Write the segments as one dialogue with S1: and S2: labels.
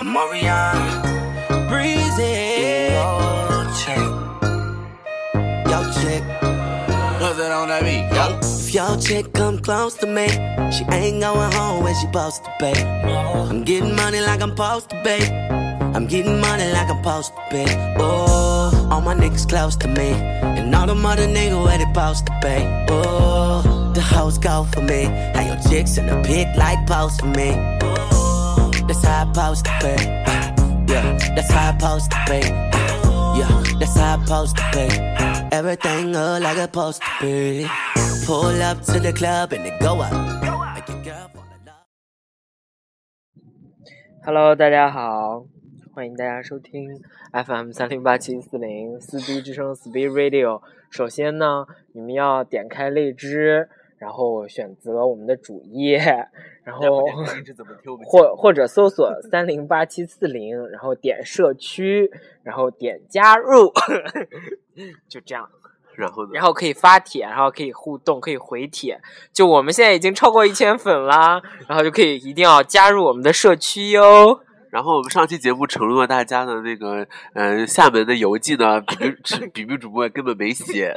S1: Omarion, breezy. Yo check, yo check.
S2: What's it on that beat? Yo.
S1: If your chick come close to me, she ain't going home when she supposed to pay. I'm getting money like I'm supposed to pay. I'm getting money like I'm supposed to pay. Oh, all my niggas close to me, and all the mother niggas where they supposed to pay. Oh, the hoes go for me. Now your chicks in the pit like post for me. Oh, that's how I supposed to pay. Yeah, that's how I supposed to pay. Yeah, that's how I supposed to pay. Everything look like it's supposed to be. Pull up to the club and it go up. Make your girl fall in love.
S3: Hello，大家好，欢迎大家收听 FM 三零八七四零四 D 之声 Speed Radio。首先呢，你们要点开荔枝，然后选择我们的主页，然后
S2: 你是怎么听我们节目？
S3: 或或者搜索三零八七四零，然后点社区，然后点加入，就这样。
S2: 然后呢？
S3: 然后可以发帖，然后可以互动，可以回帖。就我们现在已经超过一千粉啦，然后就可以一定要加入我们的社区哟。
S2: 然后我们上期节目承诺大家的那个，嗯、厦门的游记呢，比比主 比比主播根本没写，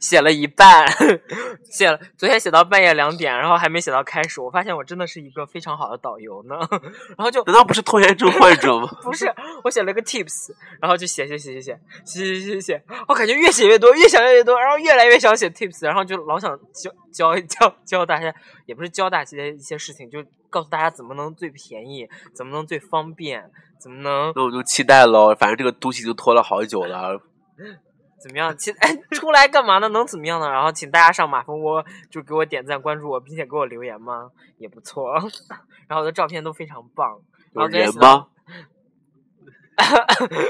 S3: 写了一半， 写了昨天写到半夜两点，然后还没写到开始。我发现我真的是一个非常好的导游呢， 然后就
S2: 难道不是拖延症患者吗？
S3: 不是我写了个 tips，然后就写写写写写写写写写写，我感觉越写越多，越想越多，然后越来越想写 tips，然后就老想教教教教大家，也不是教大家一些事情，就告诉大家怎么能最便宜，怎么能最方便，怎么能
S2: 那我就期待喽，反正这个东西已经拖了好久了。
S3: 怎么样？其 哎，出来干嘛呢？能怎么样呢？然后请大家上马蜂窝，就给我点赞、关注我，并且给我留言吗？也不错。 然后我的照片都非常棒。然
S2: 有
S3: 后昨天
S2: 人
S3: 写到？
S2: 吗？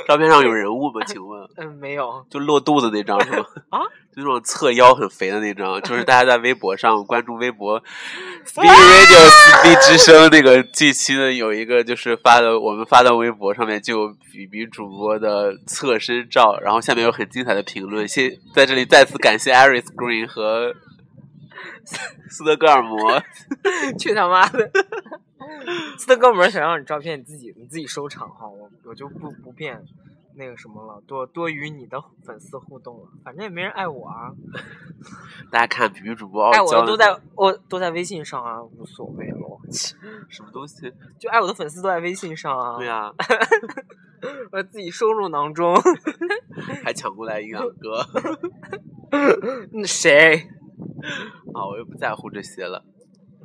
S2: 照片上有人物吗？请问，
S3: 嗯，没有。
S2: 就露肚子那张是吗？
S3: 啊，
S2: 就那种侧腰很肥的那张，就是大家在微博上关注微博 Speed Radio Speed 之声那个近期的有一个就是发的，我们发到微博上面就有比比主播的侧身照，然后下面有很精彩的评论。谢在这里再次感谢 Iris Green 和斯德哥尔摩。
S3: 去他妈的！ 斯德哥尔摩想要你照片，你自己你自己收藏哈，我我就不不变那个什么了，多多与你的粉丝互动了，反正也没人爱我啊，
S2: 大家看比比主播傲
S3: 爱哎我
S2: 娇
S3: 的都在我、都在微信上啊，无所谓了，
S2: 什么东西？
S3: 就爱我的粉丝都在微信上啊，
S2: 对呀、
S3: 我自己收入囊中。
S2: 还抢过来一两个。
S3: 嗯谁？
S2: 啊，我又不在乎这些了。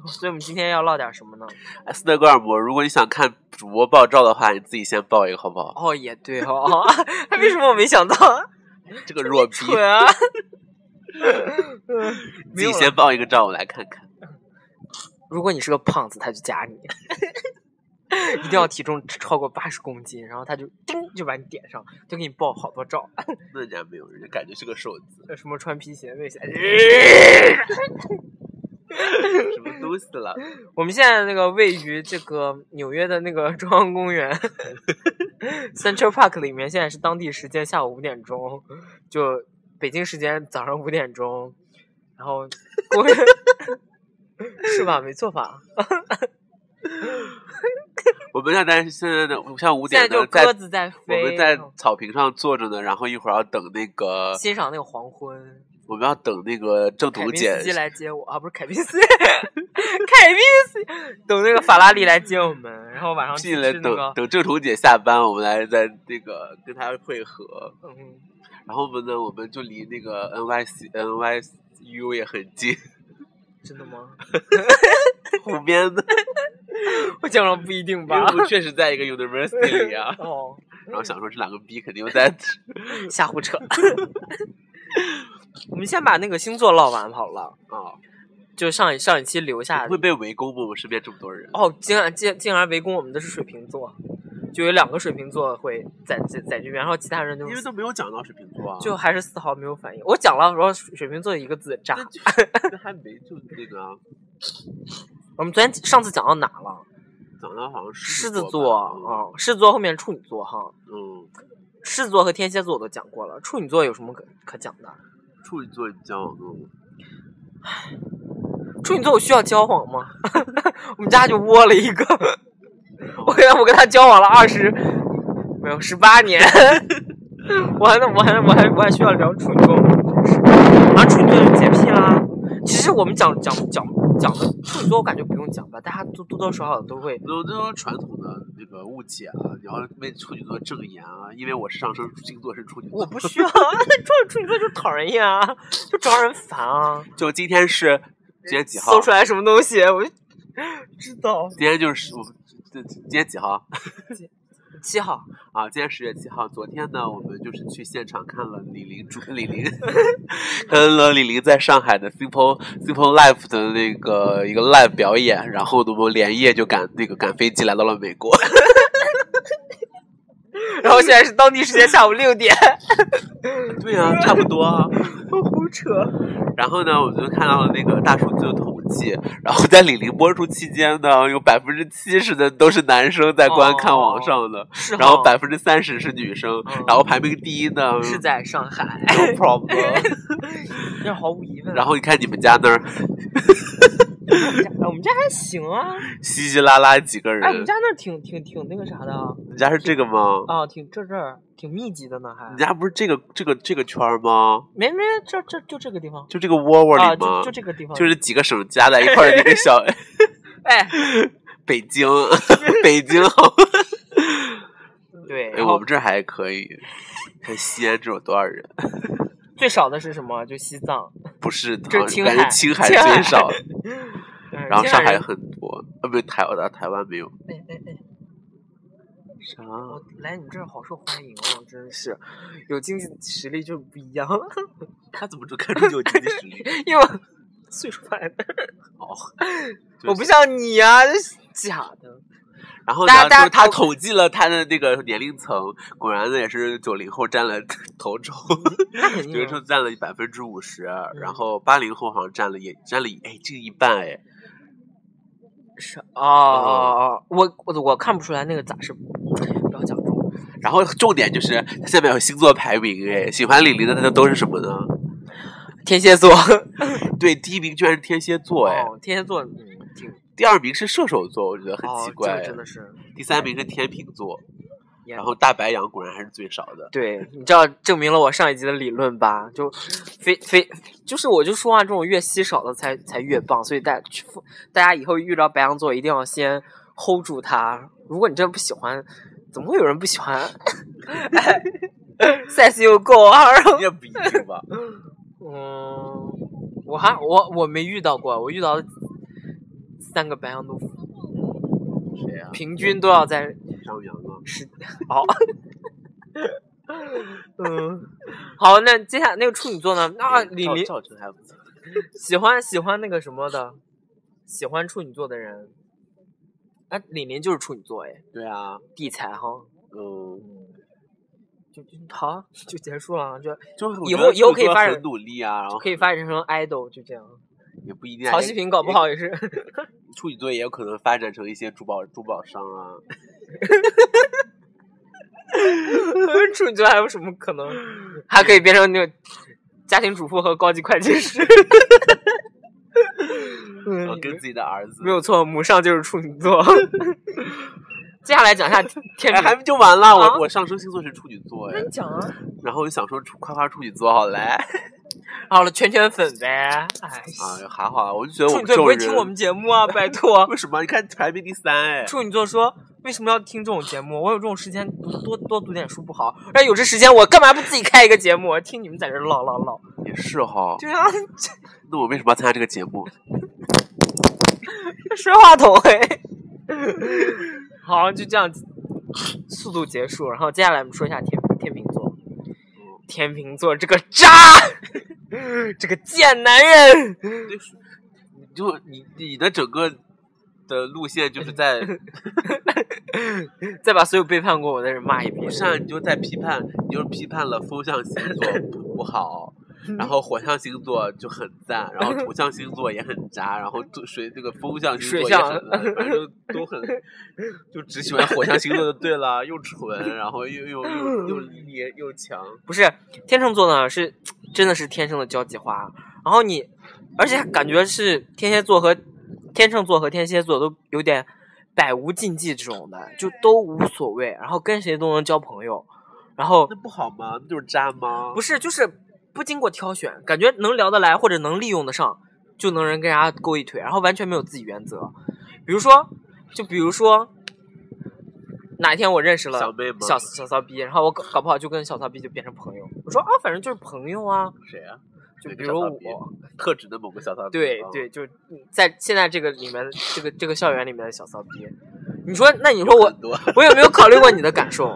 S3: 所以我们今天要唠点什么呢？
S2: 哎斯德哥尔摩，如果你想看主播爆照的话，你自己先爆一个好不好？
S3: 哦，也对哦， 还为什么我没 想到啊？
S2: 这个弱逼，
S3: 蠢啊！
S2: 自
S3: 没有了
S2: 己先爆一个照，我来看看。
S3: 如果你是个胖子，他就夹 你，一定要体重超过八十公斤，然后他就叮就把你点上，就给你爆好多照，
S2: 那人家没有，人家感觉是个 瘦子，
S3: 什么穿皮鞋 那些。
S2: 什么东西了？
S3: 我们现在那个位于这个纽约的那个中央公 园 Central Park 里面，现在是当地时间下午五点钟，就北京时间早上五点钟，然后公园 是吧？没错吧？
S2: 我们现在现在的像五
S3: 现在
S2: 点
S3: 就
S2: 呢，
S3: 鸽
S2: 在
S3: 子在
S2: 我
S3: 飞，
S2: 们在
S3: 然后
S2: 草坪上坐着呢，然后一会儿要等那个，
S3: 欣赏那个黄昏。
S2: 我们要等那个郑
S3: 凯
S2: 彤
S3: 宾
S2: 姐
S3: 斯。基来接我啊，不是凯宾斯基， 凯宾斯基等那个法拉利来接我们，然后晚上去
S2: 进来
S3: 吃那
S2: 等
S3: 个，
S2: 等郑彤姐下班，我们来在那个跟她会合。
S3: 嗯，
S2: 然后我们呢，我们就离那个 N Y C N Y U 也很近，
S3: 真的吗？
S2: 湖边的。
S3: 我讲了不一定
S2: 因为
S3: 吧。
S2: 我。们确实在一个 university 里啊
S3: 哦，
S2: 然后想说这两个逼肯定在，
S3: 瞎胡扯。 我们先把那个星座唠完好了，
S2: 啊，
S3: 就上一上一期留下
S2: 不会被围攻吗？我们身边这么多人，
S3: 哦，竟然竟竟然围攻我们的是水瓶座，就有两个水瓶座会在在在这边，然后其他人就
S2: 因为
S3: 是
S2: 都没有讲到水瓶座啊，
S3: 就还是丝毫没有反应。我讲了，然后水瓶座一个字渣
S2: 那。就那还没就那个啊
S3: 我们昨天上次讲到哪了？
S2: 讲到好像
S3: 狮
S2: 子
S3: 子
S2: 座
S3: 座
S2: 吧，
S3: 啊，狮子座后面处女座哈，
S2: 嗯，
S3: 狮子座和天蝎座我都讲过了，处女座有什么可可讲的？
S2: 嗯处女座你嗯交往过吗？
S3: 处女座我需要交往吗？我们家就窝了一个，我跟他我跟他交往了二十，没有十八年， 我还能我还能我还我还需要聊处女座吗，真是，啊，处女座就洁癖啦。其实我们讲讲讲讲的处女座，我感觉不用讲吧，大家都多多少少都会。
S2: 有这种传统的那个误解啊，然后为处女座证言啊，因为我是上升星座是处女座，
S3: 我不需要，处处女座就讨人厌啊，就招人烦啊。
S2: 就今天是今天几号
S3: 搜？出来什么东西，我就知道。
S2: 今天就是我这今天几号
S3: 七号，
S2: 啊？今天十月七号。昨天呢，我们就是去现场看了李玲主李 玲，看了李玲在上海的 Simple Simple Life 的那个一个 live 表演，然后呢，我们连夜就赶那个赶飞机来到了美国。
S3: 然后现在是当地时间下午六点。嗯
S2: 对啊，差不多啊。
S3: 胡扯。
S2: 然后呢，我们就看到了那个大数据的统计，然后在李玲播出期间呢，有百分之七十的都是男生在观
S3: 哦
S2: 看网上的，
S3: 是哈。
S2: 然后百分之三十是女生，
S3: 嗯
S2: 然后排名第一呢
S3: 是在上海，
S2: No problem。
S3: 那嗯毫无 疑问。
S2: 然后你看你们家那
S3: 我
S2: 儿
S3: 们家哎我们家还行啊，
S2: 稀稀拉拉几个
S3: 哎，我们
S2: 人
S3: 家，那儿挺挺挺那个啥的啊
S2: 你家是这个吗？
S3: 啊，挺这这儿挺密集的呢，还
S2: 你家不是这个这个这个圈儿吗？
S3: 没没这这就这个地方
S2: 就这个窝窝
S3: 啊，
S2: 里
S3: 就
S2: 吗
S3: 就？这个地方，
S2: 就是几个省加在一块儿的那个小
S3: 哎，
S2: 北 京，北京好。
S3: 对，
S2: 哎，
S3: 然
S2: 我
S3: 后
S2: 们这儿还可以。看西安这有多少人？
S3: 最少的是什么？就西藏，
S2: 不是唐，
S3: 这是青海
S2: 感觉青海
S3: 青海
S2: 最少，
S3: 嗯
S2: 然后
S3: 青
S2: 上
S3: 人
S2: 海很多，呃，不，台湾台湾没有。
S3: 哎哎哎，
S2: 啥？
S3: 我来你这儿好受欢迎哦，真是，有经济实力就是不一样，
S2: 他怎么就看出有经济实力？
S3: 因为我岁数摆在那儿，
S2: 哦，
S3: 我不像你啊，这是假的，
S2: 然后呢
S3: 大家，大家
S2: 就是他
S3: 都
S2: 统计了他的那个年龄层，果然呢也是九零后占了头筹，
S3: 那肯定
S2: 九
S3: 啊。
S2: 零后占了百分之五十，
S3: 嗯
S2: 然后八零后好像占了也占了一哎近一半哎，
S3: 是哦哦哦，我我我看不出来那个咋是，不要讲中。
S2: 然后重点就是他下面有星座排名哎，喜欢李玲的他都是什么呢？
S3: 天蝎座，
S2: 对，第一名居然是天蝎座哎，
S3: 哦，天蝎座，嗯，挺
S2: 第二名是射手座，我觉得很
S3: 哦
S2: 奇怪
S3: 这
S2: 哎，
S3: 个真的是。
S2: 第三名是天秤座，
S3: Yeah
S2: 然后大白羊果然还是最少 的。
S3: 对，你知道证明了我上一集的理论吧？就非非就是我就说啊，这种越稀少的才才越棒，所以大家大家以后遇到白羊座一定要先 hold 住它。如果你真的不喜欢，怎么会有人不喜欢 ？size 又够啊，然后
S2: 也不一 定吧，
S3: 嗯，我还我我没遇到过，我遇到的三个白羊都
S2: 谁呀、
S3: 平均都要在
S2: 张扬啊，
S3: 十好。嗯，好，那接下来那个处女座呢？那
S2: 赵
S3: 啊李玲
S2: 赵晨还不错。
S3: 喜欢喜欢那个什么的，喜欢处女座的人，哎、李玲就是处女座哎，
S2: 对啊，
S3: 地才哈，
S2: 嗯，
S3: 就就好就结束了，啊就
S2: 就是我
S3: 以
S2: 觉
S3: 后
S2: 得
S3: 以后
S2: 处
S3: 可以
S2: 女座
S3: 发
S2: 很
S3: 展
S2: 努力啊，然后
S3: 可以发展成 idol，就这样。
S2: 也不一定啊。
S3: 曹
S2: 也
S3: 希平搞不，好也是，
S2: 也处女座也有可能发展成一些珠宝珠宝商 啊。
S3: 处女座还有什么可能？还可以变成那个家庭主妇和高级会计师。
S2: 然后
S3: 嗯，
S2: 跟自己的儿子
S3: 没，有错，母上就是处女座。 接下来讲一下天
S2: 哎，还
S3: 秤，
S2: 不就完了？
S3: 啊
S2: 我我上升星座是处女座哎，
S3: 讲啊。
S2: 然后我就想说处夸夸处女座好哎来
S3: 好了，圈圈粉呗。哎，
S2: 啊，还好啊，我就
S3: 处
S2: 觉得我
S3: 女
S2: 们这
S3: 座不
S2: 种
S3: 会
S2: 人
S3: 听我们节目啊，拜托。
S2: 为什么？你看排名第三哎，
S3: 处女座说。为什么要听这种节目？我有这种时间读多多读点书不好？要有这时间，我干嘛不自己开一个节目？听你们在这儿唠唠唠。
S2: 也是哈。
S3: 对啊，
S2: 那我为什么要参加这个节目？
S3: 摔话筒嘿。 好，就这样 速度结束。然后接下来我们说一下天天秤座，天秤座这个渣， 这个贱男人。
S2: 你就你你的整个的路线就 是在
S3: 再把所有背叛过我的人骂一遍
S2: 不。是啊，你就在批判，你就批判了风象星座不好，
S3: 嗯
S2: 然后火象星座就很赞，然后土象星座也很渣，然后土水这个风象星
S3: 水
S2: 座也
S3: 象
S2: 很烂，反正就都很，就只喜欢火象星座就对了，又蠢，然后又又 又又烈又强，
S3: 不是天秤座呢，是真的是天生的交际花。然后你，而且感觉是天蝎座和天秤座和天蝎座都有点百无禁忌这种的，就都无所谓，然后跟谁都能交朋友，然后
S2: 那不好吗？那就是渣吗？
S3: 不是就是不经过挑选，感觉能聊得来或者能利用得上，就能人跟人家勾一腿，然后完全没有自己原则。比如说，就比如说，哪一天我认识了
S2: 小妹吗
S3: 小小骚逼，然后我搞搞不好就跟小骚逼就变成朋友。我说啊，反正就是朋友啊，
S2: 谁啊？
S3: 就
S2: 那
S3: 比
S2: 个
S3: 如
S2: 小
S3: 我
S2: 骚，逼特指的某个小骚逼。
S3: 对
S2: 啊，
S3: 对，就是在现在这个里面，这个这个校园里面的小骚逼，你说那你说我
S2: 很多
S3: 我有没有考虑过你的感受，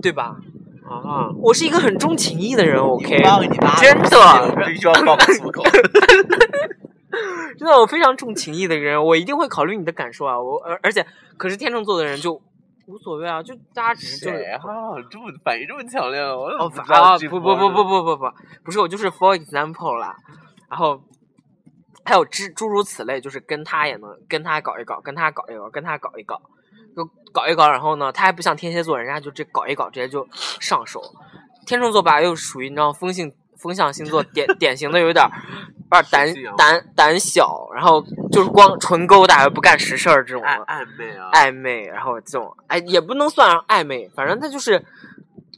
S3: 对吧？
S2: 啊。
S3: 我是一个很重情义的人，OK，
S2: 你妈你妈
S3: 真的
S2: 必须要爆粗口。
S3: 真的我非常重情义的一个人，我一定会考虑你的感受啊。我而而且，可是天秤座的人就无所谓啊，就大家 只是就是
S2: 谁哈？哦这么反应这么强烈，我怎
S3: 哦
S2: 么不知
S3: 啊
S2: 道
S3: 不
S2: 这
S3: 不
S2: 波
S3: 不
S2: 呢
S3: 不不不不不是我就是 for example 啦，然后还有诸诸如此类，就是跟他也能跟他搞一搞，跟他搞一搞，跟他搞一搞，就搞一搞，然后呢，他还不像天蝎座，人家就这搞一搞直接就上手。天秤座吧，又属于你知道风性风象 星座典典型的有点儿有点
S2: 随性啊
S3: 儿胆胆胆小，然后就是光纯勾搭不干实事儿这种的
S2: 暧暧昧啊？
S3: 暧昧，然后这种哎也不能算暧昧，反正他就是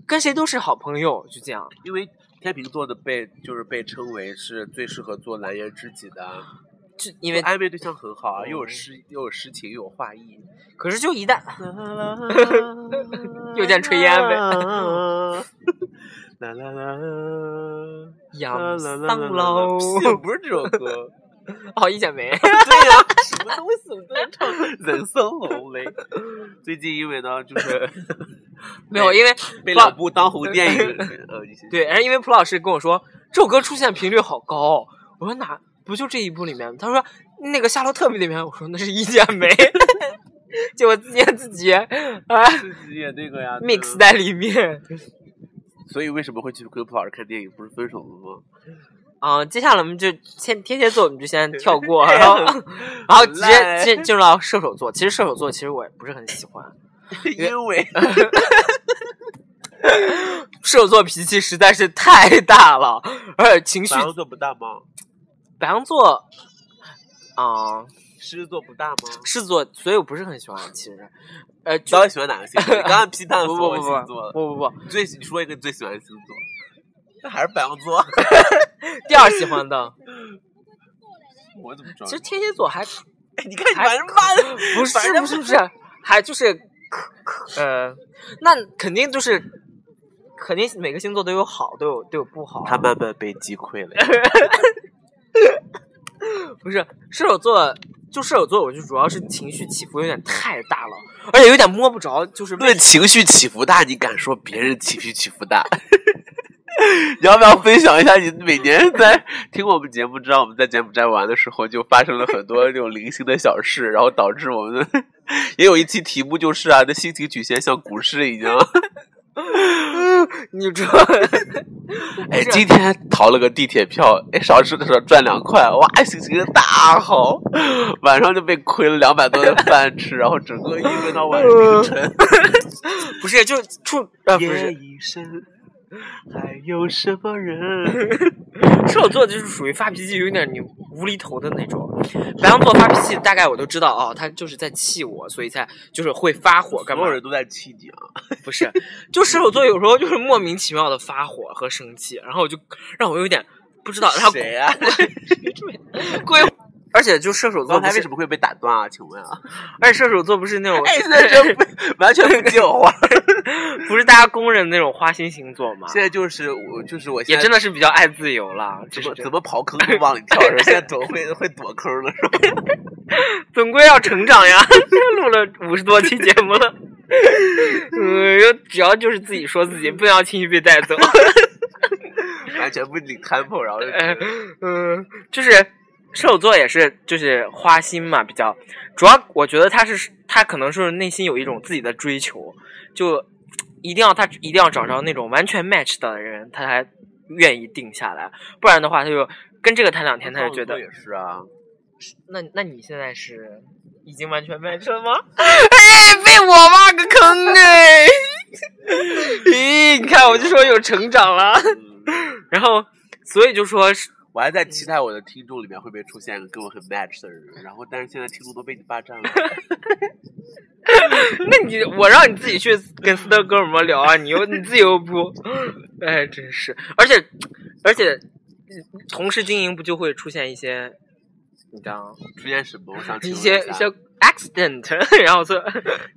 S3: 跟谁都是好朋友，就这样。
S2: 因为天秤座的被就是被称为是最适合做蓝颜知己的啊，
S3: 就因为
S2: 暧昧对象很好啊，
S3: 嗯
S2: 又有诗又有诗情又有画意。
S3: 可是就一旦又见炊 烟呗
S2: 啦啦啦嗯
S3: 养
S2: 啦啦啦
S3: 丧
S2: 啦
S3: 喽
S2: 啦，屁不是这首歌。
S3: 哦，一剪梅，
S2: 对呀、什么东西我都能唱《人生红雷》。最近因为呢，就是
S3: 没有，因为
S2: 被老布当红电影 人，呃，你先
S3: 对，然后因为蒲老师跟我说这首歌出现频率好高，我说哪不就这一部里面吗？他说那个《夏洛特》里面，我说那是一剪 梅，结果自己自己啊
S2: 自己也那个呀
S3: mix
S2: 嗯
S3: 在里面。
S2: 所以为什么会去跟蒲老师看电影？不是分手了 吗？
S3: 啊、接下来我们就天天蝎座，我们就先跳 过，
S2: 啊哎
S3: 然后然后直接
S2: 烂
S3: 进进入到射手座。其实射手座其实我也不是很喜欢，
S2: 因 为
S3: 射手座脾气实在是太大了，而且情绪
S2: 白羊座不大吗？
S3: 白羊座，啊、
S2: 狮子座不大吗？
S3: 狮子座，所以我不是很喜欢。其实，呃，
S2: 你
S3: 就
S2: 到底喜欢哪个星座？你刚刚批判了
S3: 不
S2: 所
S3: 不
S2: 有
S3: 不
S2: 星座
S3: 不，不不不，
S2: 你最你说一个你最喜欢的星座，那还是白羊座。
S3: 第二喜欢的，
S2: 我怎么知道哎
S3: 其实天蝎座 还
S2: 你看你
S3: 还
S2: 把人骂的，
S3: 不是
S2: 反正
S3: 不是不 是，还就是可可呃，那肯定就是肯定每个星座都有好，都有都有不好。啊
S2: 他慢慢被击溃了。
S3: 不是射手座，就射手座，我就主要是情绪起伏有点太大了，而且有点摸不着，就是为
S2: 论情绪起伏大，你敢说别人情绪起伏大？ 你要不要分享一下你每年在听我们节目，知道我们在柬埔寨玩的时候，就发生了很多这种零星的小事，然后导致我们的也有一期题目就是啊，那心情曲线像股市一样。
S3: 你知道，
S2: 哎，
S3: 是
S2: 今天逃了个地铁票，哎，少吃少赚两块，哇，心情大好。晚上就被亏了两百多的饭吃，然后整个一直到晚上凌晨。
S3: 不是就处呃不
S2: 夜
S3: 是
S2: 已深，还有什么人？
S3: 射手座就是属于发脾气有点你无厘头的那种，白羊座发脾气大概我都知道哦，他就是在气我，所以才就是会发火干嘛
S2: 所有？人都在气你啊！
S3: 不是，就射手座有时候就是莫名其妙的发火和生气，然后我就让我有点不知道，然后
S2: 谁呀、啊？
S3: 故意，而且就射手座
S2: 刚
S3: 不
S2: 才
S3: 是
S2: 为什么会被打断啊？请问啊？
S3: 而且射手座不是那种
S2: 哎，现在 这不完全不接我话。
S3: 不是大家公认的那种花心星座吗？
S2: 现嗯在就是我，就是我现
S3: 也
S2: 在
S3: 真的是比较爱自由啦，就
S2: 怎
S3: 是
S2: 么怎么刨坑都往里跳，是吧现在总会会躲坑了，是吧？
S3: 总归要成长呀。 录了五十多期节目了，嗯，又只要就是自己说自己，不要轻易被带走。
S2: 完全不理 tempo，然后就
S3: 哎嗯，就是射手座也是，就是花心嘛，比较主要，我觉得他是他可能是内心有一种自己的追求，就一定要他一定要找着那种完全 match 的人，他才愿意定下来，不然的话他就跟这个谈两天，他就觉得
S2: 哎也是啊。
S3: 那那你现在是已经完全卖车吗？哎，被我挖个坑哎！ 咦，你看我就说有成长了。然后，所以就说是
S2: 嗯我还在期待我的听众里面会不会出现跟我很 match 的人，然后但是现在听众都被你霸占了。
S3: 那你我让你自己去跟斯德哥尔摩聊啊，你又你自己又不， 哎，真是，而且而且同时经营不就会出现一些，你知道吗
S2: 出现什么？我想请
S3: 一
S2: 问
S3: 些
S2: 一
S3: 一
S2: 下
S3: 些 accident，然后说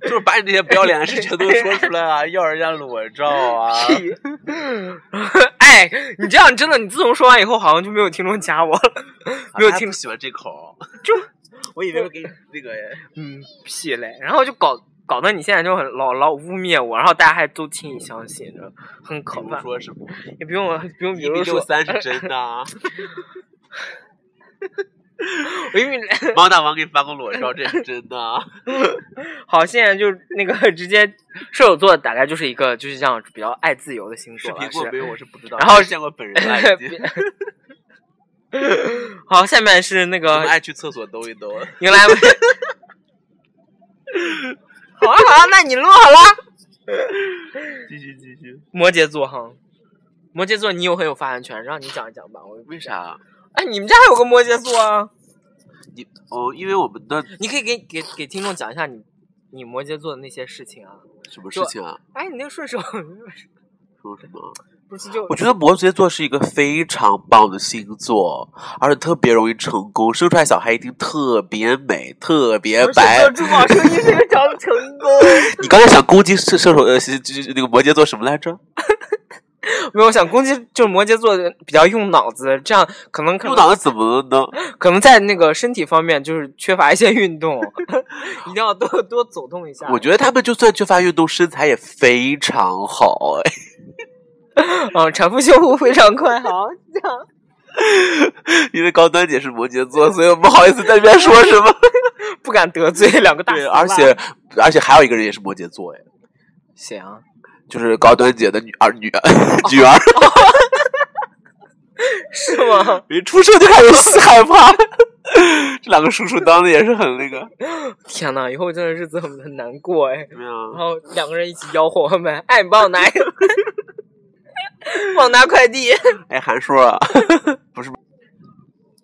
S2: 就是把你这些不要脸的事全都说出来啊，要人家裸照啊，
S3: 屁，哎，你这样真的，你自从说完以后，好像就没有听众加我了，没有
S2: 大家
S3: 听
S2: 不喜欢这 口，
S3: 就
S2: 我以为会给你那 个
S3: 嗯，屁嘞！然后就搞搞得你现在就很老老污蔑我，然后大家还都轻易相信，你知道吗很可
S2: 口
S3: 怕。
S2: 说 什么
S3: 也不用 不用，比
S2: 一
S3: 如
S2: 米
S3: 说
S2: 六三是真的 啊，
S3: 我因为
S2: 王大王给你发过裸照，这是真的啊。
S3: 好，现在就是那个直接射手座大概就是一个就是这样比较爱自由的星
S2: 视
S3: 座
S2: 频
S3: 了，
S2: 过没
S3: 是。
S2: 有？我是不知道。
S3: 然后
S2: 我见过本人 了，已经。
S3: 好，下面是那
S2: 我
S3: 个
S2: 们爱去厕所兜一 兜。
S3: 迎来。 好了啊好了，那你录好了。
S2: 继续继续。
S3: 摩羯座哈，摩羯座你有很有发言权，让你讲一讲吧。我
S2: 为啥？
S3: 哎，你们家还有个摩羯座啊？
S2: 你哦，因为我们的
S3: 你可以给给给听众讲一下你你摩羯座的那些事情啊。
S2: 什么事情啊？
S3: 哎，你那个顺手
S2: 说什么？啊
S3: 不是就
S2: 我觉得摩羯座是一个非常棒的星座，而且特别容易成功，生出来小孩一定特别美、特别白
S3: 做。珠宝生意非常成 功。
S2: 你刚才想攻击射射手呃，是是是那个摩羯座什么来着？
S3: 没有，我想攻击就是摩羯座的比较用脑子，这样可能可
S2: 用
S3: 能
S2: 脑子怎么了呢？
S3: 可能在那个身体方面就是缺乏一些运动， 一定要多多走动一下。
S2: 我觉得他们就算缺乏运动，身材也非常好。哎，
S3: 得，嗯，产妇修复非常快， 好，这样
S2: 因为高端姐是摩羯座，所以我不好意思在这边说什么。
S3: 不敢得罪两个大
S2: 对，
S3: 俗
S2: 而
S3: 辣
S2: 且而且还有一个人也是摩羯座，哎，
S3: 谁啊？
S2: 就是高端姐的女儿女儿女 儿，
S3: 是吗？
S2: 一出生就开始害怕。 这两个叔叔当的也是很那个，哎
S3: 天呐，以后真的日子很很难过哎。
S2: 怎么样
S3: 然？后两个人一起吆喝我们，哎，你帮我拿一个， 帮我拿快递
S2: 哎，韩叔 啊，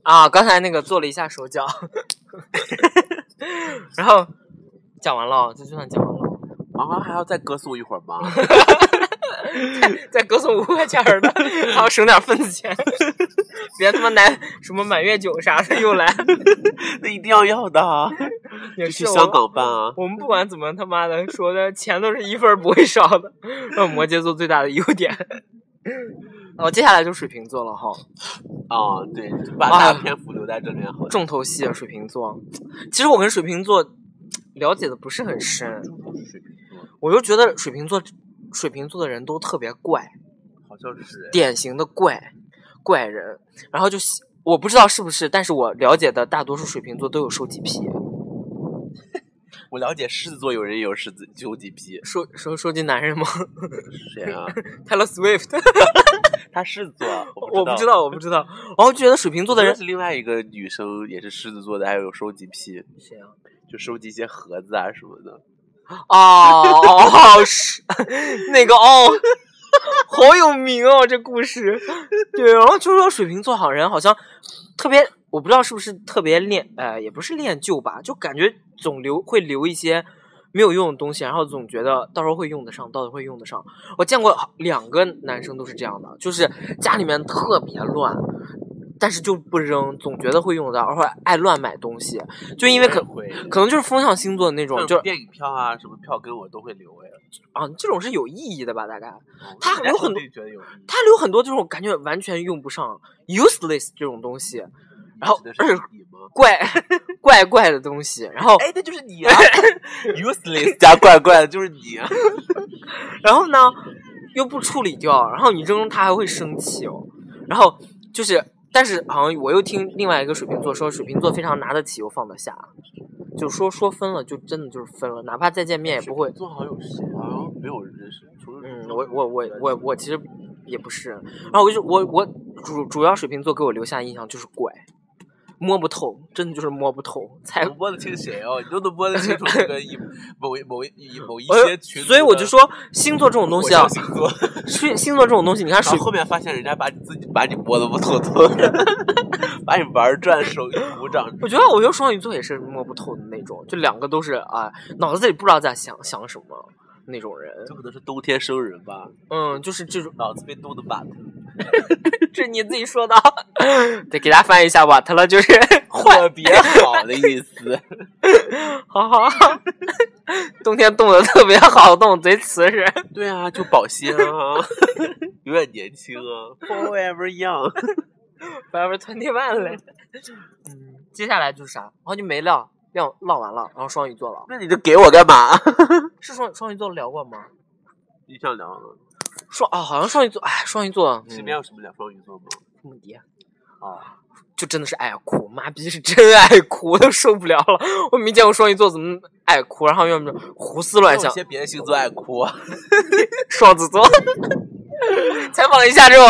S3: 啊！刚才那个做了一下手脚， 然后讲完了，这就算讲完了，
S2: 妈妈还要再歌颂一会儿吗？
S3: 再歌颂五块钱 儿的，还要省点份子钱，别他妈拿什么满月酒啥的又 来，
S2: 那一定要要的啊，
S3: 也
S2: 就是去
S3: 我
S2: 香。港办啊。
S3: 我们不管怎么他妈的说的，钱都是一分儿不会少的，那摩羯座最大的优点。 哦，接下来就水瓶座了哈。
S2: 啊、对，就把大篇幅留在这里好了。
S3: 重头戏啊，水瓶座。其实我跟水瓶座了解的不是很深，我就觉得水瓶座，水瓶座的人都特别怪，
S2: 好像是
S3: 典型的怪怪人。然后就喜我不知道是不是，但是我了解的大多数水瓶座都有收集癖，
S2: 我了解狮子座有人也有狮子纠集癖，
S3: 收收收集男人吗
S2: 谁啊？
S3: ？Taylor Swift，
S2: 他狮子座啊，
S3: 我不
S2: 不
S3: 知。道，我不知道。然后觉得水瓶座的
S2: 我
S3: 人
S2: 认识另外一个女生也是狮子座的，还有收集癖，
S3: 谁啊？
S2: 就收集一些盒子啊什么的。
S3: 哦哦是那个哦，好有名哦这故事。对，然后就说水瓶座好人好像特别，我不知道是不是特别恋，呃，也不是恋旧吧，就感觉总留会留一些没有用的东西，然后总觉得到时候会用得上，到时候会用得上。我见过好两个男生都是这样的，就是家里面特别乱。但是就不扔，总觉得会用得到，然后爱乱买东西，就因为可
S2: 会，
S3: 可能就是风象星座的那种，
S2: 像
S3: 就是
S2: 电影票啊什么票跟我都会留哎。
S3: 啊，这种是有意义的吧？大概
S2: 哦
S3: 他
S2: 人家
S3: 有很
S2: 都
S3: 多
S2: 会觉得有意义
S3: 他留很多这种感觉完全用不上 useless 这种东西，然后
S2: 指的 是你 吗？
S3: 怪怪怪的东西，然后
S2: 哎，那就是你啊，useless 加怪怪的就是你啊。
S3: 然后呢又不处理掉，然后你扔他还会生气哦，然后就是但是好像我又听另外一个水瓶座说，水瓶座非常拿得起又放得下，就说说分了就真的就是分了，哪怕再见面也不会
S2: 水瓶座好像有谁啊？好像没有认识，除了
S3: 嗯，我我我我我其实啊也不是，然后我就我我主主要水瓶座给我留下印象就是怪，摸不透，真的就是摸不透，才
S2: 能摸得清谁哦？你都能摸得清楚这 个一某一某一一某一
S3: 我就
S2: 些群族
S3: 呃所
S2: 的火象星座，
S3: 以我就说星座这种东西啊，
S2: 然
S3: 水星座这种东西，你看水
S2: 后后面发现人家把你自己把你摸得不透透，把你玩转手鼓掌，
S3: 我觉得，我觉得双鱼座也是摸不透的那种，就两个都是啊，脑子里不知道在想想什么那种人。
S2: 这可能是冬天生人吧，
S3: 嗯，就是这种，
S2: 脑子被冻得把特
S3: 这是你自己说的， 对，给大家翻译一下瓦特了，就是 坏，
S2: 特别好的意思。
S3: 好好好， 冬天冻得特别好，冻得贼瓷实。
S2: 对啊，就保鲜啊， 永远年轻啊，forever young。
S3: Forever Twenty One 嘞。 嗯，接下来就是啥？然后就没聊，聊唠完了，然后双鱼座了，
S2: 那你就给我干嘛？
S3: 是双双鱼座聊过吗？
S2: 你想聊吗？
S3: 双啊，好像双鱼座，哎，双鱼座，
S2: 身
S3: 嗯
S2: 边有什么聊双鱼座吗？
S3: 穆迪，
S2: 啊，
S3: 就真的是爱哭，妈逼是真爱哭，我都受不了了。 我没见过双鱼座怎么爱哭，然后要么就胡思乱
S2: 有
S3: 想。
S2: 些别的星座爱哭啊，
S3: 双子座， 采访了一下这种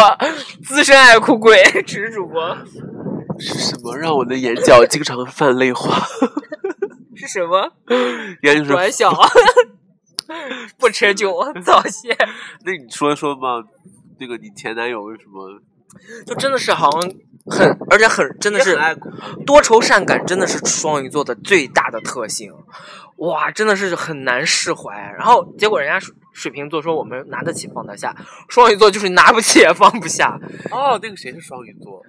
S3: 资深爱哭鬼，只是主播
S2: 是什么让我的眼角经常泛泪花？
S3: 是什么？
S2: 原来就是
S3: 短 小，不持 久，早泄。
S2: 那你说说嘛，那个你前男友为什么
S3: 就真的是好像很，而且很真的是
S2: 也很爱哭
S3: 多愁善感，真的是双鱼座的最大的特性。哇，真的是很难释怀。然后结果人家水水瓶座说我们拿得起放得下，双鱼座就是拿不起也放不下。
S2: 哦，那个谁是双鱼座？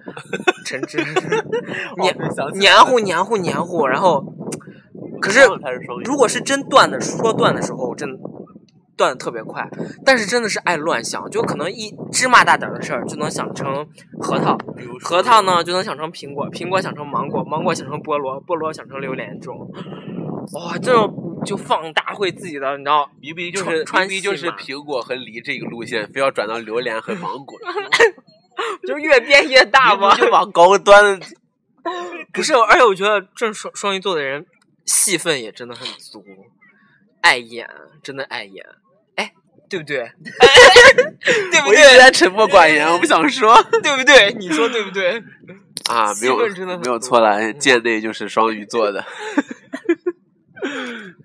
S3: 陈 芝，
S2: 你
S3: 黏
S2: 想起来
S3: 黏糊黏糊黏糊，然后可是
S2: 他是双鱼座，
S3: 如果是真断的说断的时候，真的断的特别快，但是真的是爱乱想，就可能一芝麻大点儿的事儿就能想成核桃，
S2: 比如说
S3: 核桃？呢就能想成苹果，苹果想成芒果，芒果想成菠萝，菠萝想成榴莲这种。哇，这种就放大会自己的，你知 道？
S2: 明明就是
S3: 川
S2: 明明就是
S3: 川系
S2: 苹果和梨这个路线，非要转到榴莲和芒 果，
S3: 就是越变越大
S2: 明
S3: 嘛
S2: 明。就往高端。
S3: 不是，而且我觉得正双双鱼座的人戏份也真的很足，爱演，真的爱演。哎，对不对？ 对不
S2: 我一直
S3: 对？
S2: 在沉默寡言，我不想说
S3: 对不对？你说对不对？
S2: 啊，没有
S3: 气氛真的很
S2: 没有错了，贱内就是双鱼座的。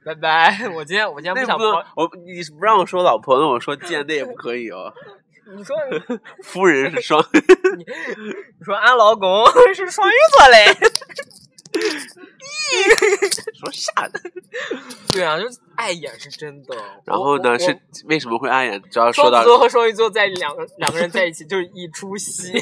S3: 拜拜！我今天我今天
S2: 那
S3: 不想
S2: 不能，我你是不让我说老婆，那我说贱内也不可以 哦。
S3: 你说
S2: 夫人是双，
S3: 你说俺老公 是双鱼座嘞？
S2: 说啥呢？
S3: 对啊，就是爱演是真的。
S2: 然
S3: 我
S2: 后
S3: 我
S2: 呢，是
S3: 我
S2: 为什么会暗眼？只要说
S3: 双
S2: 到
S3: 子座和双鱼座在两个两个人在一起就是一出戏。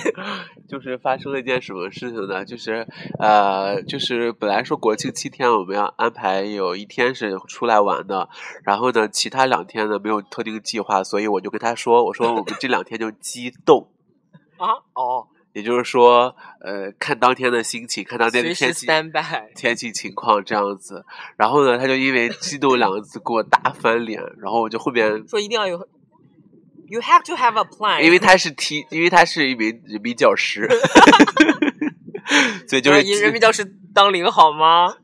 S2: 就是发生了一件什么事情呢？就是呃，就是本来说国庆七天我们要安排有一天是出来玩的，然后呢，其他两天呢没有特定计划，所以我就跟他说，我说我们这两天就激动。
S3: 啊哦，
S2: 也就是说，呃，看当天的心情，看当天的
S3: 随时
S2: 天气，
S3: stand by。
S2: 天气情况这样子。然后呢，他就因为激动两个字给我大翻脸，然后我就后面。
S3: 说一定要有，you have to have a plan。
S2: 因为他是提，因为他是一名人民教 师，所以就是
S3: 以人民教师当零好吗？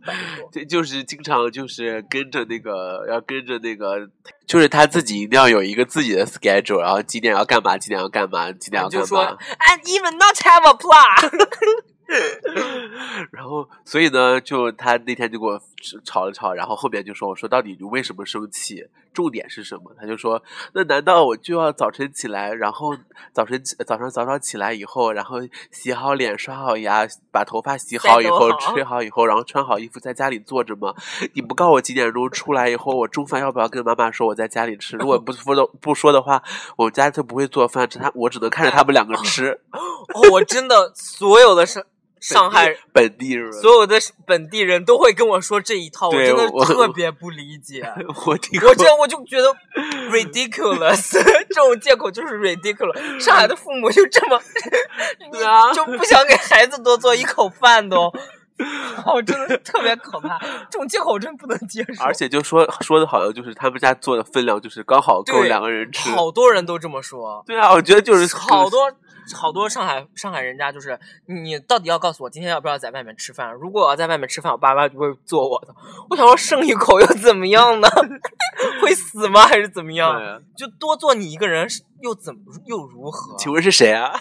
S2: 对，就是经常就是跟着那个，要跟着那个，就是他自己一定要有一个自己的 schedule，然后几点要干嘛，几点要干嘛，几点要干
S3: 啊就
S2: 嘛。
S3: 说 and even not have a plan。
S2: 然后，所以呢，就他那天就跟我吵了吵，然后后面就说：“我说到底你为什么生气？重点是什么？”他就说：“那难道我就要早晨起来，然后早晨起早上早上起来以后，然后洗好脸、刷好牙、把头发洗
S3: 再
S2: 好以
S3: 弄
S2: 后、
S3: 好
S2: 吹好以后，然后穿好衣服在家里坐着吗？你不告我几点钟出来以后，我中饭要不要跟妈妈说我在家里吃？如果不说的不说的话，我家就不会做饭，他我只能看着他们两个吃。
S3: 哦，我真的所有的上上海
S2: 本地人，
S3: 所有的本地人都会跟我说这一套，我
S2: 对
S3: 真的
S2: 我
S3: 特别不理 解。
S2: 我听
S3: 我
S2: 过
S3: 这样我就觉得 ridiculous，这 种借口就是 ridiculous。上海的父母就这 么，
S2: 对啊
S3: 就不想给孩子多做一口饭都。哦，真的是特别可怕，这种借口我真不能接受。
S2: 而且就说说的好像就是他们家做的分量就是刚好够
S3: 对
S2: 两个人吃。
S3: 好多人都这么说，
S2: 对啊，我觉得就 是
S3: 好多好多上海上海人家就是，你到底要告诉我今天要不要在外面吃饭？如果我要在外面吃饭，我爸妈就会揍我的。我想说剩一口又怎么样呢？ 会死吗？还是怎么样？
S2: 对啊
S3: 就多做你一个人是又怎么又如何？
S2: 请问是谁啊？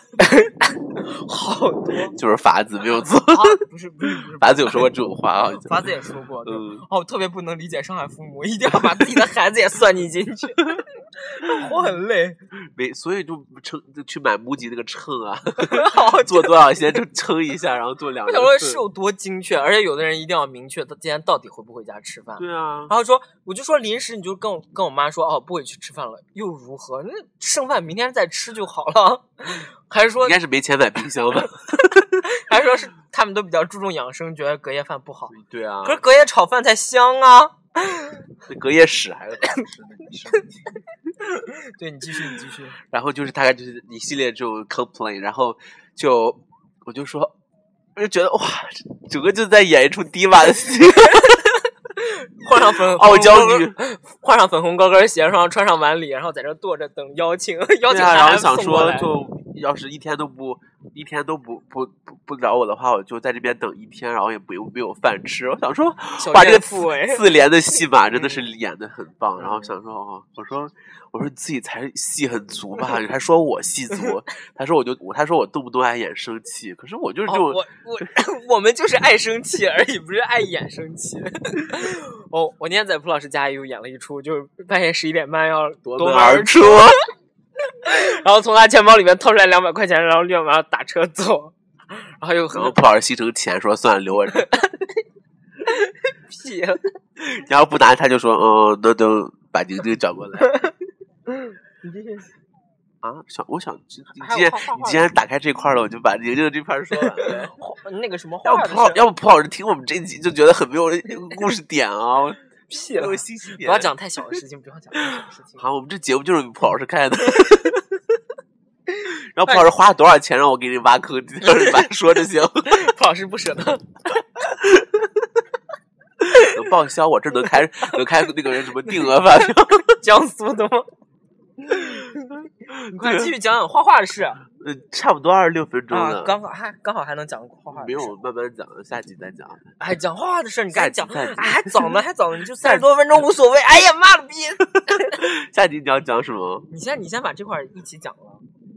S3: 好多
S2: 就是法子没有错，
S3: 啊！不是不是不是，
S2: 法子有说过这种话啊？
S3: 法子也说过，对。
S2: 嗯，
S3: 哦，我特别不能理解上海父母一定要把自己的孩子也算进进去， 我很累。
S2: 没，所以就称就去买木吉那个秤啊，
S3: 好
S2: 做多少先就称一下，然后做两
S3: 我
S2: 个
S3: 想说
S2: 秤。
S3: 是有多精确，而且有的人一定要明确他今天到底回不回家吃饭。
S2: 对啊，
S3: 然后说，我就说临时你就跟我跟我妈说，哦，不回去吃饭了，又如何？那剩饭明天再吃就好了。
S2: 嗯
S3: 还是说
S2: 应，该是没钱买冰箱吧？
S3: 还是说是他们都比较注重养生，觉得隔夜饭不好。
S2: 对啊，
S3: 可是隔夜炒饭才香啊！
S2: 那隔夜屎 还是不好吃的你吃不起
S3: 对你继续，你继续。
S2: 然后就是大概就是一系列这种 complain，然后就我就说，我就觉得哇，整个就在演一出低洼的戏，
S3: 换上粉
S2: 傲娇女，
S3: 换上粉红高跟鞋，然后穿上晚礼，然后在这坐着等邀请，邀
S2: 对
S3: 请
S2: 啊，
S3: 函
S2: 然后
S3: 还
S2: 想
S3: 送过
S2: 说
S3: 来
S2: 就要是一天都不一天都不不不不找我的话，我就在这边等一天，然后也不用没有饭吃。我想说
S3: 小，
S2: 把这个
S3: 怨妇哎
S2: 四四连的戏码真的是
S3: 嗯
S2: 演的很棒。然后
S3: 嗯
S2: 想说哦，我说我说你自己才戏很足吧，你还说我戏 足，他说我就我他说我动不动爱演生气，可是我就是这
S3: 哦、
S2: 种
S3: 我我 我们就是爱生气而已，不是爱演生气。 哦，我那天在蒲老师家又演了一出，就是半夜十一点半要夺门而
S2: 出。
S3: 然后从他钱包里面掏出来两百块钱，然后立马打车走，然后又
S2: 然
S3: 很
S2: 后蒲老师心疼钱，说算了，留我这儿。
S3: 屁，
S2: 然后不拿，他就说，嗯，那等把宁宁找过来。啊，想我想，你
S3: 还有
S2: 既然
S3: 画画
S2: 你
S3: 画
S2: 既然打开这块儿了，我就把宁宁这块儿说 完了。
S3: 那个什么
S2: 要
S3: 话
S2: 不
S3: 的
S2: 蒲老，
S3: 事
S2: 要不蒲老师听我们这一集就觉得很没有故事点啊， 我
S3: 屁
S2: 没
S3: 了
S2: 有。信息
S3: 不
S2: 点。
S3: 要讲太小的事情，不要讲太小的事情。
S2: 好，我们这节目就是蒲老师 开的。然后蒲老师花了多少钱让我给你挖坑，让你把说 就行，
S3: 蒲老师不舍得，
S2: 能报销我这能开能开那个什么定额发票。
S3: 江苏的吗？ 你快继续讲讲画画的事啊！
S2: 嗯，差不多二十六分钟了，
S3: 刚好还刚好还能讲画画的事。
S2: 没有慢慢讲，下集再讲。啊
S3: 哎，讲画画的事儿你赶紧讲，
S2: 下集下集
S3: 哎，还早 呢，还早呢，你就三十多分钟无所谓。哎呀妈了逼！
S2: 下集你要讲什么？
S3: 你先你先把这块儿一起讲了。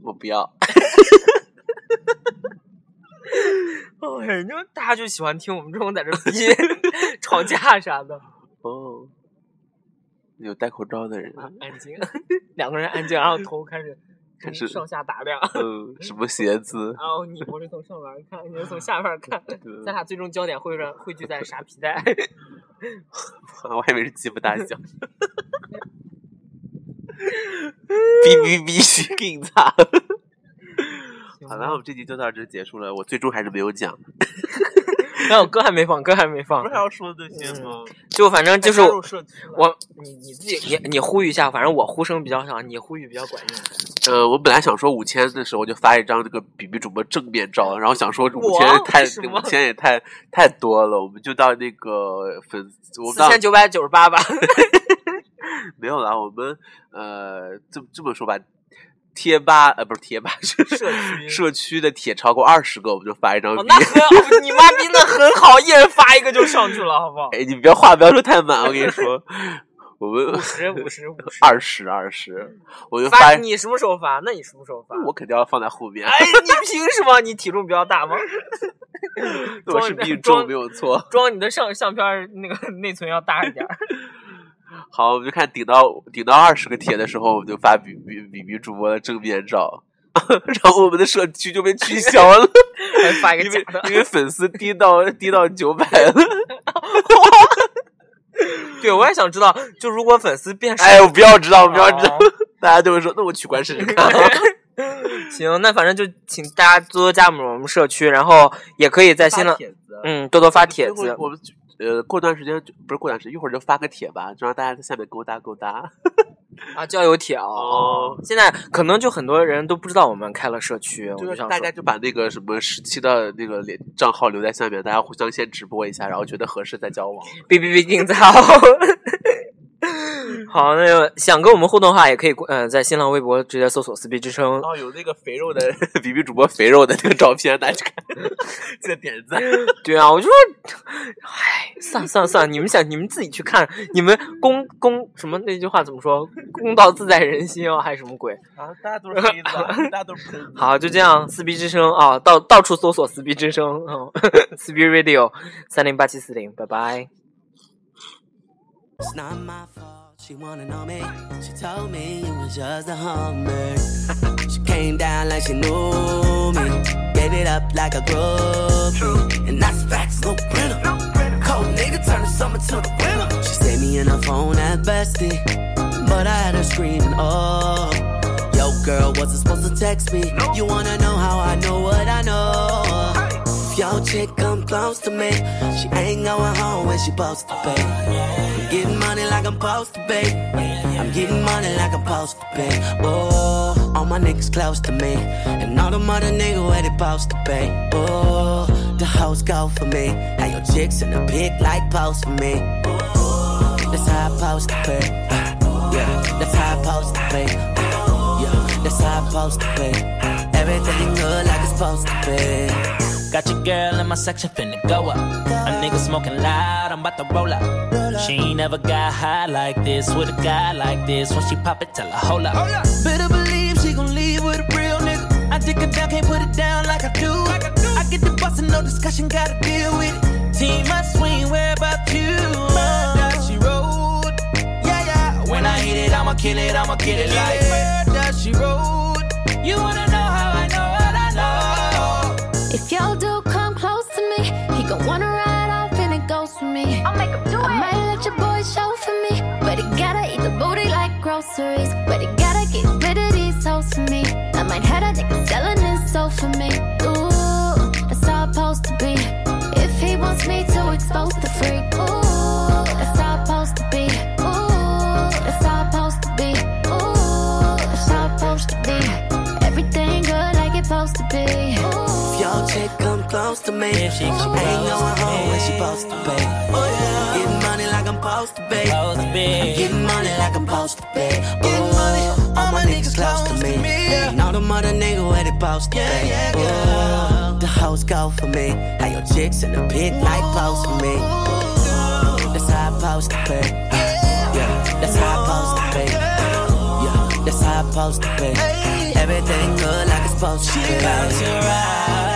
S2: 我不要。
S3: 哎呀，你说大家就喜欢听我们这种在这逼 吵架啥的，
S2: 哦，啊有戴口罩的人，
S3: 安静， 两个人安静，然后头开始
S2: 嗯 开始
S3: 上下打量，
S2: 嗯，什么鞋子？嗯
S3: 然后你不是从上面看，你是从下面看，
S2: 对
S3: 咱俩最终焦点会让汇聚在啥皮带？
S2: 我还以为是鸡巴大 小。哔哔哔，警察。 好了，我们这集就到这儿结束了。我最终还是没有讲，
S3: 没有歌还没放，歌还没放
S2: 不，是还要说那些吗？
S3: 就反正就是
S2: 还加入社区了
S3: 我你你自己你你呼吁一下，反正我呼声比较响，你呼吁比较管用。
S2: 呃，我本来想说五千的时候就发一张这个比比主播正面照，然后想说五
S3: 我
S2: 千太
S3: 为什么
S2: 五千也太太多了，我们就到那个粉丝，我们
S3: 四
S2: 到
S3: 千九百九十八 吧。
S2: 没有啦，我们呃这这么说吧，贴吧呃不是贴吧 是
S3: 社区
S2: 社区的帖超过二十个，我们就发一张
S3: 嗯 哦，
S2: 币。
S3: 那很，你妈逼那很好，一人发一个就上去了，好 不好？
S2: 哎，你不要话不要说太满，我跟你说，我 们
S3: 五十五十五十，
S2: 二十二十，我就
S3: 发
S2: 发，
S3: 你什么时候发？那你什么时候发？
S2: 我肯定要放在后面。
S3: 哎，你凭什么？你体重比较大吗？
S2: 我
S3: 装
S2: 是必中
S3: 装
S2: 没有错。
S3: 装你的相相片儿那个内存要大一点儿。
S2: 好，我们就看顶到顶到二十个帖的时候，我们就发比比比比主播的正面照， 然后我们的社区就被取消了，
S3: 还发一个
S2: 因为
S3: 假的。
S2: 因为粉丝低到低到九百 了。
S3: 对，我也想知道，就如果粉丝变少，
S2: 哎，我不要知道，我不要知道，
S3: 哦
S2: 大家都会说，那我取关试试看。啊
S3: 行，那反正就请大家多多加入我们社区，然后也可以在新浪，
S2: 帖子，
S3: 嗯，多多发帖
S2: 一会
S3: 子
S2: 儿。我们就呃，过段时间就不是过段时间，一会儿就发个帖吧，就让大家在下面勾搭勾搭。
S3: 啊，交友帖哦。现在可能就很多人都不知道我们开了社区，我
S2: 就嗯
S3: 就是想
S2: 大
S3: 说
S2: 家就把那个什么时期的那个连账号留在下面，大家互相先直播一下，然后觉得合适再交往。嗯
S3: 哔哔哔定操。 好，那个想跟我们互动的话，也可以呃在新浪微博直接搜索“撕逼之声
S2: 然”。后有那个肥 肉的比比主播肥肉的那个照片，大家 去看，记得点赞。
S3: 对啊，我就说，唉，算了算了算了，你们想你们自己去看，你们公公什么那句话怎么说？公道自在人心啊，还是什么鬼？
S2: 啊，大家都是黑子，大家都是黑子。
S3: 好，就这样，撕逼之声啊，到到处搜索撕逼之声，嗯， 撕逼 radio 三零八七四零，拜拜。
S1: It's not my fault. She wanna know me. She told me it was just a hummer. She came down like she knew me. Gave it up like a groupie. And that's facts, no printer. Cold nigga turn the summer to the winter. She saved me in her phone at bestie. But I had her screaming, oh. Yo, girl, wasn't supposed to text me. You wanna know how I know what I know? If your chick come close to me, she ain't going home when she supposed to pay. I'm getting money like I'm supposed to pay. I'm getting money like I'm supposed to pay. Oh, all my niggas close to me, and all the mother niggas where they supposed to pay. Oh, the house go for me, and your chicks in the pig like post for me. Oh, that's how I supposed to pay. Yeah, that's how I supposed to pay. Yeah, that's how I supposed to pay. Everything good like it's supposed to be.
S4: Got your girl in my section finna go up. A nigga smoking loud, I'm about to roll up. She ain't never got high like this with a guy like this. When she pop it, tell her hold up. Better believe she gon' leave with a real nigga. I dick her down, can't put it down like I do. I get the boss and no discussion, gotta deal with it. Team, I swing, where about you? Murder, she rolled. Yeah, yeah. When I hit it, I'ma kill it, I'ma kill it like. Murder, she rolled. You wanna know how I know what I know?
S5: If y'all do come close to me, he gon' wanna ride off and it goes for me. I'll make him do it. I might let your boy show for me, but he gotta eat the booty like groceries. But he gotta get rid of these hoes for me. I might have a nigga selling his soul for me. Ooh, that's how it's supposed to be. If he wants me to expose the freak. Ooh, that's how it's supposed to be. Ooh, that's how it's supposed to be. Ooh, that's how it's supposed to be. Everything good like it's supposed to be. Ooh.
S1: If your chick come close to me,
S4: If she
S1: ain't
S4: come
S1: going
S4: close to
S1: home when
S4: me.
S1: she supposed to pay. Getting money like I'm supposed to pay.
S4: Supposed to be.
S1: Getting money like I'm supposed to pay. Oh, Getting money, all my niggas close to me. And all the mother niggas where they supposed to pay. Ooh, The hoes go for me. How your chicks in the pig like post for me. That's how I supposed to pay. Yeah, that's how I supposed to pay. Yeah, that's how I supposed to pay. Everything good like it's supposed to be.
S4: About to ride.